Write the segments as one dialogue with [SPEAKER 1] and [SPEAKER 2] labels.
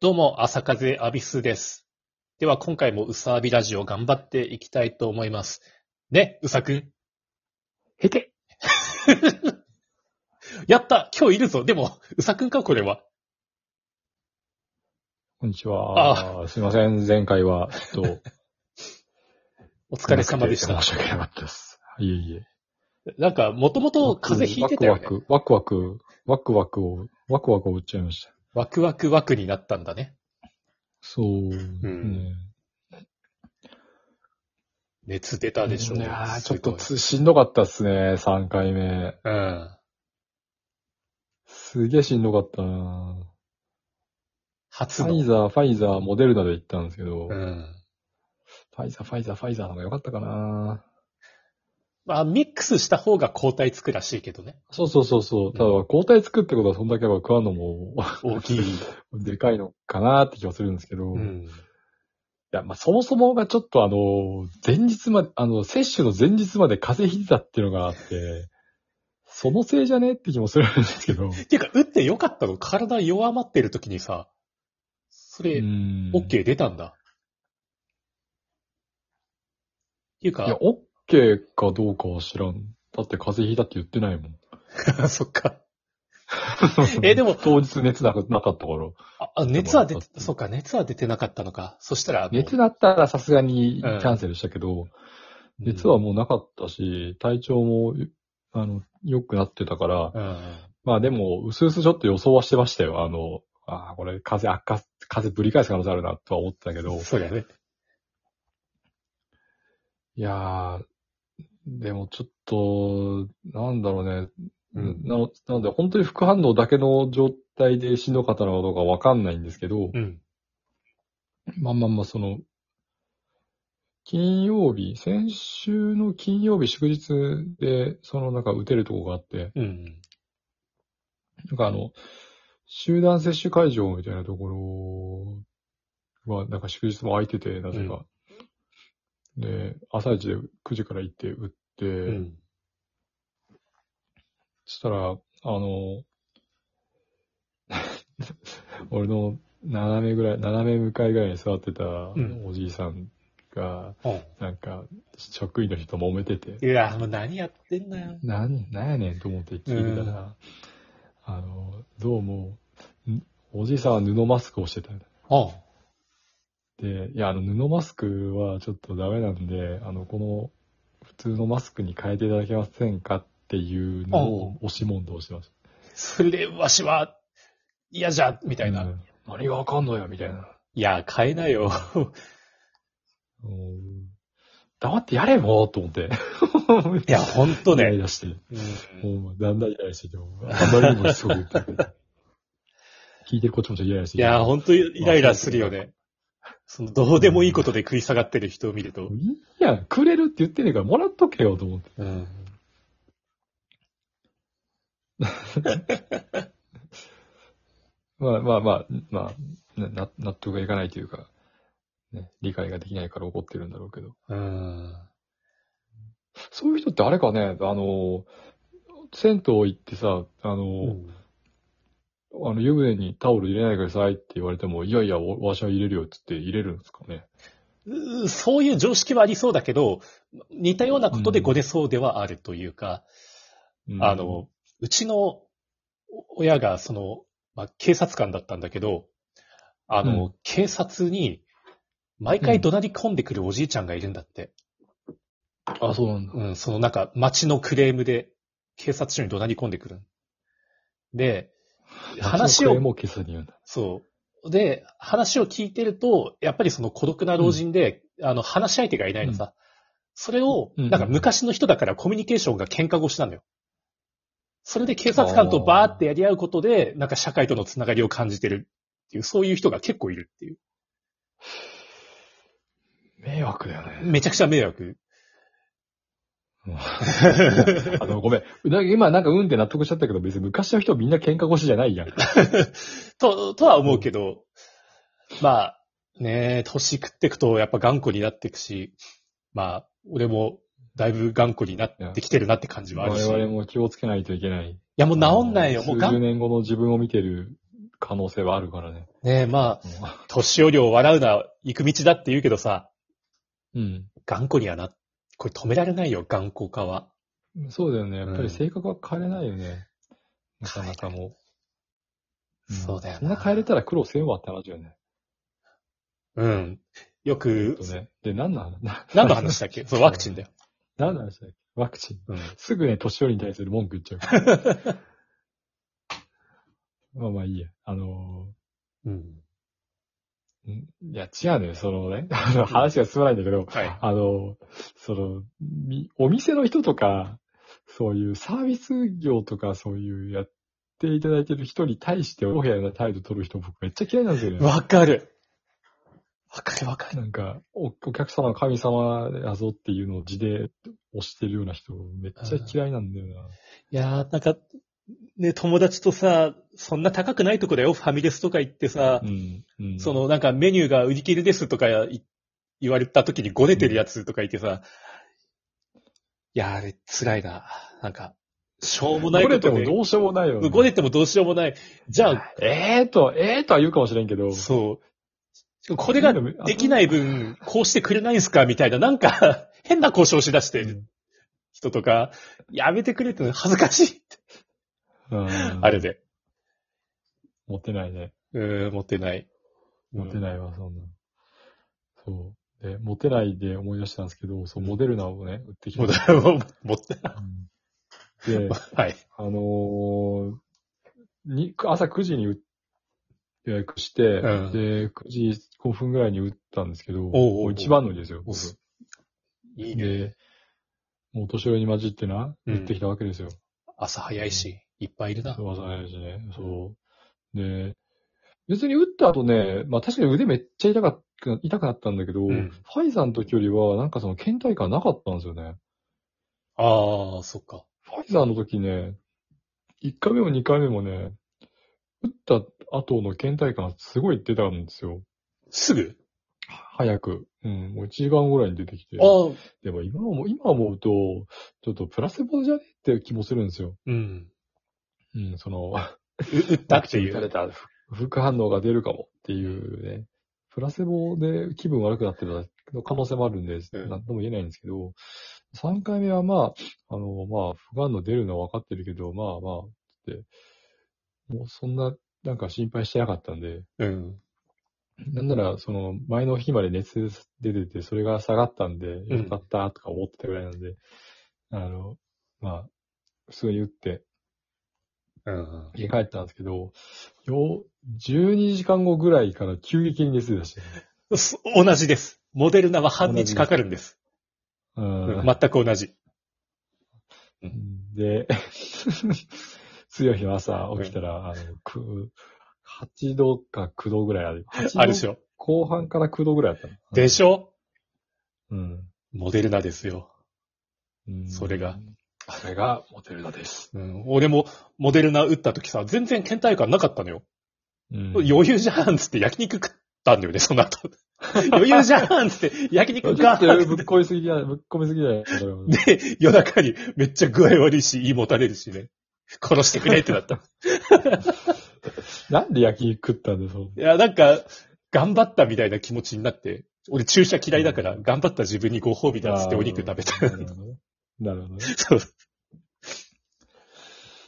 [SPEAKER 1] どうも、朝風アビスです。では、今回もうさあびラジオ頑張っていきたいと思います。ね、うさくん。
[SPEAKER 2] へけ。
[SPEAKER 1] やった今日いるぞでも、うさくんかこれは。
[SPEAKER 2] こんにちは。すいません。前回は、ちょっと。
[SPEAKER 1] お
[SPEAKER 2] お
[SPEAKER 1] 疲れ様でした
[SPEAKER 2] 申。し訳なかったです。いえいえ。
[SPEAKER 1] なんか、もともと風邪ひいてたよね。
[SPEAKER 2] ワクワク、ワクワク、ワクワクを、ワクワクを打っちゃいました。
[SPEAKER 1] ワクワクワクになったんだね。
[SPEAKER 2] そうですね。
[SPEAKER 1] うん熱出たでしょ。
[SPEAKER 2] いやーちょっと
[SPEAKER 1] す
[SPEAKER 2] つしんどかったっすね。3回目。
[SPEAKER 1] ごいうん。
[SPEAKER 2] すげえしんどかったな
[SPEAKER 1] 初
[SPEAKER 2] ファイ
[SPEAKER 1] の。
[SPEAKER 2] ザー、ファイザー、モデルナで行ったんですけど、
[SPEAKER 1] う
[SPEAKER 2] フ
[SPEAKER 1] ん。
[SPEAKER 2] ァイザー、ファイザー、ファイザーの方が良かったかな
[SPEAKER 1] まあ、ミックスした方が抗体つくらしいけどね。
[SPEAKER 2] そうそうそうそう。ただ、抗体作ってことはそんだけは食わんのも、
[SPEAKER 1] 大きい。
[SPEAKER 2] でかいのかなって気がするんですけど、
[SPEAKER 1] う
[SPEAKER 2] い
[SPEAKER 1] ん。
[SPEAKER 2] や、まあ、そもそもがちょっとあの、前日まで、あの、接種の前日まで風邪ひいてたっていうのがあって、そのせいじゃねって気もするんですけど、う
[SPEAKER 1] っていうか、打ってよかったの体弱まってる時にさ、それ、
[SPEAKER 2] ん。
[SPEAKER 1] OK 出たんだ。っていう
[SPEAKER 2] いや
[SPEAKER 1] か、、
[SPEAKER 2] OK かどうかは知らん。だって風邪ひいたって言ってないもん。
[SPEAKER 1] そっか。 えでも
[SPEAKER 2] 当日熱なかなかったから。
[SPEAKER 1] ああ、熱は出て、そっか、熱は出てなかったのか。そしたらもう、
[SPEAKER 2] 熱だったらさすが
[SPEAKER 1] う
[SPEAKER 2] にキ
[SPEAKER 1] ん
[SPEAKER 2] ャンセルしたけど、熱はもうなかったし、体調も、あの、良くなってたから、
[SPEAKER 1] うん、うん。
[SPEAKER 2] まあでも、うすうすちょっと予想はしてましたよ。あの、ああ、これ風悪化、風ぶり返す可能性あるなとは思ってたけど。
[SPEAKER 1] そうやね。
[SPEAKER 2] いやー、でもちょっと、なんだろうね。
[SPEAKER 1] うん
[SPEAKER 2] なのなので、本当に副反応だけの状態でしんどかったのかどうかわかんないんですけど、
[SPEAKER 1] うん。
[SPEAKER 2] まあまあまあ、その、金曜日、先週の金曜日祝日で、そのなんか打てるとこがあって、
[SPEAKER 1] うん。
[SPEAKER 2] なんかあの、集団接種会場みたいなところは、なんか祝日も空いてて、なぜか。で、朝一で9時から行って打って、
[SPEAKER 1] うん。
[SPEAKER 2] そしたら、あの、 俺の斜めぐらい、斜め向かいぐらいに座ってた
[SPEAKER 1] ん
[SPEAKER 2] おじいさんが、
[SPEAKER 1] うん。
[SPEAKER 2] なんか、職員の人と揉めてて、
[SPEAKER 1] いや、もう何やってんだよ。
[SPEAKER 2] なん、なんやねんと思って聞いてたら、あの、どうも、んおじいさんは布マスクをしてた。
[SPEAKER 1] うん。
[SPEAKER 2] で、いや、あの、布マスクはちょっとダメなんで、あの、この、普通のマスクに変えていただけませんかっていうのを押し問答してまし
[SPEAKER 1] それで、わしは、嫌じゃ、み
[SPEAKER 2] た。
[SPEAKER 1] たいな。
[SPEAKER 2] うん何がわかんのよ、みたいな。
[SPEAKER 1] いや、変えなよ。
[SPEAKER 2] うん黙ってやれもうと思って。
[SPEAKER 1] い や、ほんと
[SPEAKER 2] イライ
[SPEAKER 1] ね。
[SPEAKER 2] ラして。
[SPEAKER 1] うん
[SPEAKER 2] もう、だんだんイライラしてきて、もうあまりにもすご く。聞いてるこっちもちょっとイライラして
[SPEAKER 1] い
[SPEAKER 2] きて。
[SPEAKER 1] や、ほんとイライラするよね。その、どうでもいいことで食い下がってる人を見ると。
[SPEAKER 2] いいやん、くれるって言ってねえから、もらっとけよと思って。
[SPEAKER 1] うん。
[SPEAKER 2] まあまあまあ、まあ、なな納得がいかないというか、ね、理解ができないから怒ってるんだろうけど。
[SPEAKER 1] うん。
[SPEAKER 2] そういう人ってあれかね、あの、銭湯行ってさ、あの、あの湯船にタオル入れないでくださいって言われても、いやいや、おわしは入れるよって言って入れるんですかね。
[SPEAKER 1] うそういう常識はありそうだけど、似たようなことでごねそうではあるというか、
[SPEAKER 2] うん
[SPEAKER 1] あ、の、うちの親が、その、まあ、警察官だったんだけど、あの、
[SPEAKER 2] う
[SPEAKER 1] 警察に、毎回怒鳴り込んでくるおじいちゃんがいるんだって。
[SPEAKER 2] あ、そうなんだ。
[SPEAKER 1] うん、そのなんか、町のクレームで、警察署に怒鳴り込んでくる。で、話を
[SPEAKER 2] これも消すに言うんだ。
[SPEAKER 1] そう。で、話を聞いてると、やっぱりその孤独な老人で、あの、話し相手がいないのさ。それを、
[SPEAKER 2] うんうん
[SPEAKER 1] なんか昔の人だからコミュニケーションが喧嘩越しなのよ。それで警察官とバーってやり合うことで、なんか社会とのつながりを感じてるっていう、そういう人が結構いるっていう。
[SPEAKER 2] 迷惑だよね。
[SPEAKER 1] めちゃくちゃ迷惑。
[SPEAKER 2] あの、ごめん。なんか今なんかうんって納得しちゃったけど、別に昔の人はみんな喧嘩腰じゃない やん。
[SPEAKER 1] と、とは思うけど、まあ、ねえ、年食ってくとやっぱ頑固になってくし、まあ、俺もだいぶ頑固になってきてるなって感じはあるし。
[SPEAKER 2] 我々も気をつけないといけない。
[SPEAKER 1] いや、もう治んないよ。
[SPEAKER 2] あの
[SPEAKER 1] もう
[SPEAKER 2] 数
[SPEAKER 1] 頑
[SPEAKER 2] 十年後の自分を見てる可能性はあるか らね。
[SPEAKER 1] ねえ、まあ、年寄りを笑うな、行く道だって言うけどさ、
[SPEAKER 2] うん。
[SPEAKER 1] 頑固にはな、これ止められないよ、頑固化は。
[SPEAKER 2] そうだよね。やっぱ
[SPEAKER 1] うん
[SPEAKER 2] り性格は変えれないよね。なかなかもう。ん
[SPEAKER 1] そうだよな
[SPEAKER 2] そんな変えれたら苦労せんわって話よね。
[SPEAKER 1] うん。よく
[SPEAKER 2] ほん、とね。で、何の話な
[SPEAKER 1] 何の話だっ けそう、ワクチンだよ。
[SPEAKER 2] 何の話だっけワクチン。
[SPEAKER 1] うん。
[SPEAKER 2] すぐね、年寄りに対する文句言っちゃうから。 まあまあいいや。あの
[SPEAKER 1] うん。
[SPEAKER 2] ーんいや、違うのよ。そのね、 あの話が進まないんだけど、
[SPEAKER 1] はい。
[SPEAKER 2] あの、その、みお店の人とか、そういうサービス業とか、そういうやっていただいてる人に対して、お部屋な態度取る人、僕めっちゃ嫌いなんですよね。
[SPEAKER 1] わかる。わかるわかる。
[SPEAKER 2] なんかお、お客様は神様やぞっていうのを字で押してるような人、めっちゃ嫌いなんだよな。
[SPEAKER 1] いやー、なんか、ね、友達とさ、そんな高くないとこだよ、ファミレスとか行ってさ
[SPEAKER 2] う、ん。うん、
[SPEAKER 1] そのなんかメニューが売り切れですとかい言われた時にごねてるやつとかいてさ、いやー、あれ辛いな。なんか、しょうもない
[SPEAKER 2] こ
[SPEAKER 1] こ
[SPEAKER 2] れ
[SPEAKER 1] と
[SPEAKER 2] で
[SPEAKER 1] で
[SPEAKER 2] もどうしようもないよね。
[SPEAKER 1] ごねてもどうしようもない。じゃあ、
[SPEAKER 2] ええと、ええとは言うかもしれんけど。
[SPEAKER 1] そう。これができない分、こうしてくれないんすかみたいな、なんか、 変な交渉しだしてる人とか、やめてくれって恥ずかしいって。
[SPEAKER 2] うん。
[SPEAKER 1] あれで。
[SPEAKER 2] 持ってないね。
[SPEAKER 1] うーん、持ってない。
[SPEAKER 2] モテ
[SPEAKER 1] い。
[SPEAKER 2] ないわ、そんな。そう。で、モテないで思い出したんですけど、そう、モデルナをね、売ってき
[SPEAKER 1] も
[SPEAKER 2] ま
[SPEAKER 1] う
[SPEAKER 2] した。
[SPEAKER 1] だもう 持ってな
[SPEAKER 2] うんで、
[SPEAKER 1] い。はい。
[SPEAKER 2] あのーに、朝9時にう予約して、
[SPEAKER 1] ん
[SPEAKER 2] で、9時5分ぐらいに打ったんですけど、
[SPEAKER 1] おうおう
[SPEAKER 2] も一番乗りですよ。
[SPEAKER 1] お
[SPEAKER 2] 僕
[SPEAKER 1] すいいね。
[SPEAKER 2] で、もう年寄りに混じってな、
[SPEAKER 1] うん
[SPEAKER 2] 打ってきたわけですよ。
[SPEAKER 1] 朝早いし、いっぱいいるな。
[SPEAKER 2] わざわざですね。そう。で、別に打った後ね、まあ確かに腕めっちゃ痛かっ痛くなったんだけど、
[SPEAKER 1] うん
[SPEAKER 2] ファイザーの時よりはなんかその倦怠感なかったんですよね。
[SPEAKER 1] ああ、そっか。
[SPEAKER 2] ファイザーの時ね、1回目も2回目もね、打った後の倦怠感すごい出たんですよ。
[SPEAKER 1] すぐ
[SPEAKER 2] 早く。うん、もう1時間ぐらいに出てきて。
[SPEAKER 1] ああ、
[SPEAKER 2] でも今思う、今思うと、ちょっとプラセボじゃねって気もするんですよ。
[SPEAKER 1] うん。
[SPEAKER 2] うん、そ
[SPEAKER 1] う
[SPEAKER 2] の、
[SPEAKER 1] 打ったってい
[SPEAKER 2] ワクチン打
[SPEAKER 1] う。
[SPEAKER 2] たれた副反応が出るかもっていうね。プラセボで気分悪くなってるの可能性もあるんで、
[SPEAKER 1] うん
[SPEAKER 2] なんとも言えないんですけど、3回目はまあ、あの、まあ、副反応出るのは分かってるけど、まあまあ、って、もうそんな、なんか心配してなかったんで、
[SPEAKER 1] うん。
[SPEAKER 2] なんなら、その、前の日まで熱出てて、それが下がったんで、よかったとか思ってたぐらいなんで、あの、まあ、普通に打って、
[SPEAKER 1] うん。
[SPEAKER 2] 家帰ったんですけど、よ12時間後ぐらいから急激に熱出して、
[SPEAKER 1] そ同じです。モデルナは半日かかるんです。
[SPEAKER 2] う
[SPEAKER 1] うん
[SPEAKER 2] ん
[SPEAKER 1] 全く同じ。
[SPEAKER 2] で、 強い日の朝起きたら、あのく8度か9度ぐらいある。
[SPEAKER 1] あるでし
[SPEAKER 2] ょ。
[SPEAKER 1] ょ。
[SPEAKER 2] 後半から9度ぐらいあったの。
[SPEAKER 1] でしょ
[SPEAKER 2] うん。
[SPEAKER 1] モデルナですよ。
[SPEAKER 2] うん
[SPEAKER 1] それが。
[SPEAKER 2] それがモデルナです。
[SPEAKER 1] うん、俺もモデルナ打った時さ、全然倦怠感なかったのよ。
[SPEAKER 2] うん
[SPEAKER 1] 余裕じゃんっつって焼肉食ったんだよね、その 後。余裕じゃんっつって焼
[SPEAKER 2] ち
[SPEAKER 1] 肉
[SPEAKER 2] ょっ
[SPEAKER 1] ガ
[SPEAKER 2] と
[SPEAKER 1] ーン
[SPEAKER 2] ぶっ込みすぎじゃない、ぶっ込みすぎじゃない。それは
[SPEAKER 1] で、夜中にめっちゃ具合悪いし、胃もたれるしね。殺してくれってなった。い
[SPEAKER 2] なんで焼き食ったんだよ、そう。
[SPEAKER 1] や、なんか、頑張ったみたいな気持ちになって、俺注射嫌いだから、頑張った自分にご褒美だっつってお肉食べた。
[SPEAKER 2] なるほどね。なるほどね。
[SPEAKER 1] そう。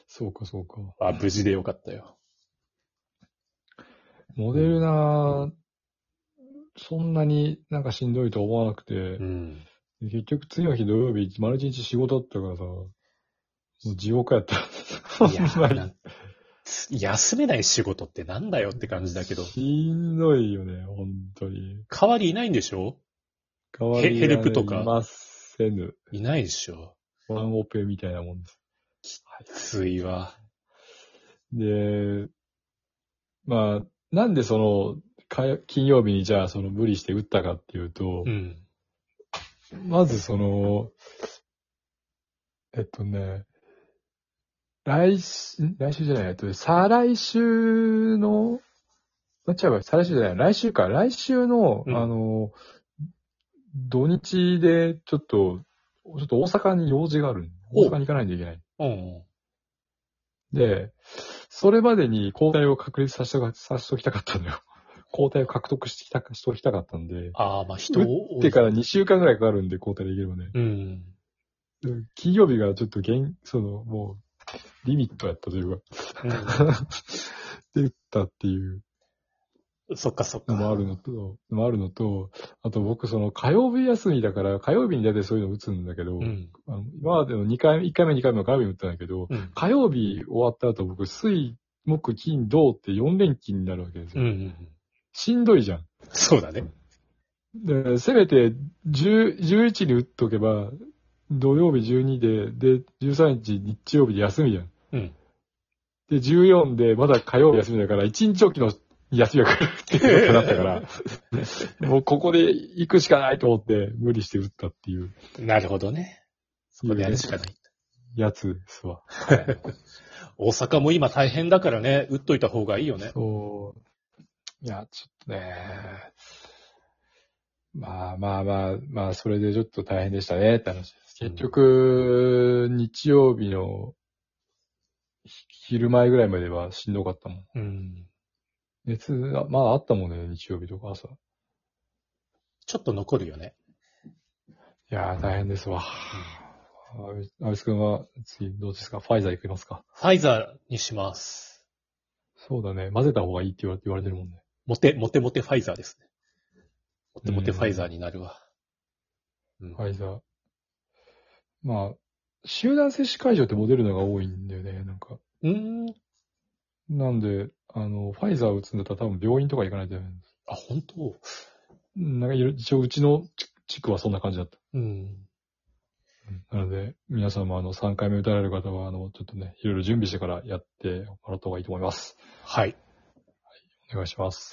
[SPEAKER 2] そうか、そうか。
[SPEAKER 1] あ、無事でよかったよ。
[SPEAKER 2] モデルナ、そんなになんかしんどいと思わなくて
[SPEAKER 1] う、ん。
[SPEAKER 2] 結局次の日土曜日、丸一日仕事だったからさ、もう地獄やった。そ
[SPEAKER 1] いや
[SPEAKER 2] んな に
[SPEAKER 1] なん休めない仕事ってなんだよって感じだけど。
[SPEAKER 2] しんどいよね、本当に。
[SPEAKER 1] 代わりいないんでしょ
[SPEAKER 2] 代わりがね
[SPEAKER 1] ヘルプとか
[SPEAKER 2] いませぬ。
[SPEAKER 1] いないでしょ。
[SPEAKER 2] ワンオペみたいなもんです。
[SPEAKER 1] ついは。
[SPEAKER 2] で、まあ、なんでその、か金曜日にじゃあその無理して打ったかっていうと、
[SPEAKER 1] うん。
[SPEAKER 2] まずその、えっとね、来週、ん来週じゃない、えっと、再来週の、間違えば、再来週じゃない、来週か、来週の、
[SPEAKER 1] うん
[SPEAKER 2] あの、土日で、ちょっと、ちょっと大阪に用事がある。
[SPEAKER 1] お
[SPEAKER 2] 大阪に行かないといけない。
[SPEAKER 1] うん。
[SPEAKER 2] で、それまでに抗体を確立させたさせときたかったんだよ。 抗体を獲得してきた、しておきたかったんで、
[SPEAKER 1] ああ、まあ人を。
[SPEAKER 2] 打ってから2週間ぐらいかかるんで、抗体できるまで。
[SPEAKER 1] うん。
[SPEAKER 2] うん金曜日がちょっと限、その、もう、リミットやったというか、 出たっていう
[SPEAKER 1] そっかそっか。
[SPEAKER 2] のもあるのと、のもあるのと、あと僕その火曜日休みだから、火曜日に大体そういうの打つんだけど、
[SPEAKER 1] うん。
[SPEAKER 2] あの今までの2回、1回目2回目の火曜日に打ったんだけど、
[SPEAKER 1] うん。
[SPEAKER 2] 火曜日終わった後僕、水、木、金、銅って4連勤になるわけです
[SPEAKER 1] う
[SPEAKER 2] よ。
[SPEAKER 1] ん。
[SPEAKER 2] しんどいじゃん。
[SPEAKER 1] そうだね。
[SPEAKER 2] で、せめて10、11に打っとけば、土曜日12で、で、13日日曜日で休みじゃん。
[SPEAKER 1] うん。
[SPEAKER 2] で、14で、まだ火曜日休みだから、1日おきの休みが来るっていうことになった から、もうここで行くしかないと思って、無理して打ったっていう
[SPEAKER 1] なるほどね。そこでやるしかない。
[SPEAKER 2] やつですわ。
[SPEAKER 1] 大阪も今大変だからね、打っといた方がいいよね。
[SPEAKER 2] そう。いや、ちょっとね。まあまあまあ、まあ、それでちょっと大変でしたねって話
[SPEAKER 1] う
[SPEAKER 2] です。
[SPEAKER 1] ん
[SPEAKER 2] 結局、日曜日のひ昼前ぐらいまではしんどかったもん。
[SPEAKER 1] うん。
[SPEAKER 2] 熱が、まああったもんね、日曜日とか朝。
[SPEAKER 1] ちょっと残るよね。
[SPEAKER 2] いやー、大変ですわ。あ安部君は次どうですかファイザー行きますか
[SPEAKER 1] ファイザーにします。
[SPEAKER 2] そうだね。混ぜた方がいいって言われ言われてるもんね。
[SPEAKER 1] モテ、モテモテファイザーですね。モテモテファイザーになるわ。うん
[SPEAKER 2] ファイザー。まあ、集団接種会場ってモデルナが多いんだよね、なんか。
[SPEAKER 1] うーん。
[SPEAKER 2] なんで、あの、ファイザー打つんだったら多分病院とか行かないとダメなんです。
[SPEAKER 1] あ、本当
[SPEAKER 2] うんなんかいろ、一応うちの地地区はそんな感じだった。
[SPEAKER 1] うん。
[SPEAKER 2] なので、皆様、あの、3回目打たれる方は、あの、ちょっとね、いろいろ準備してからやってもらった方がいいと思います。
[SPEAKER 1] はい。
[SPEAKER 2] お願いします。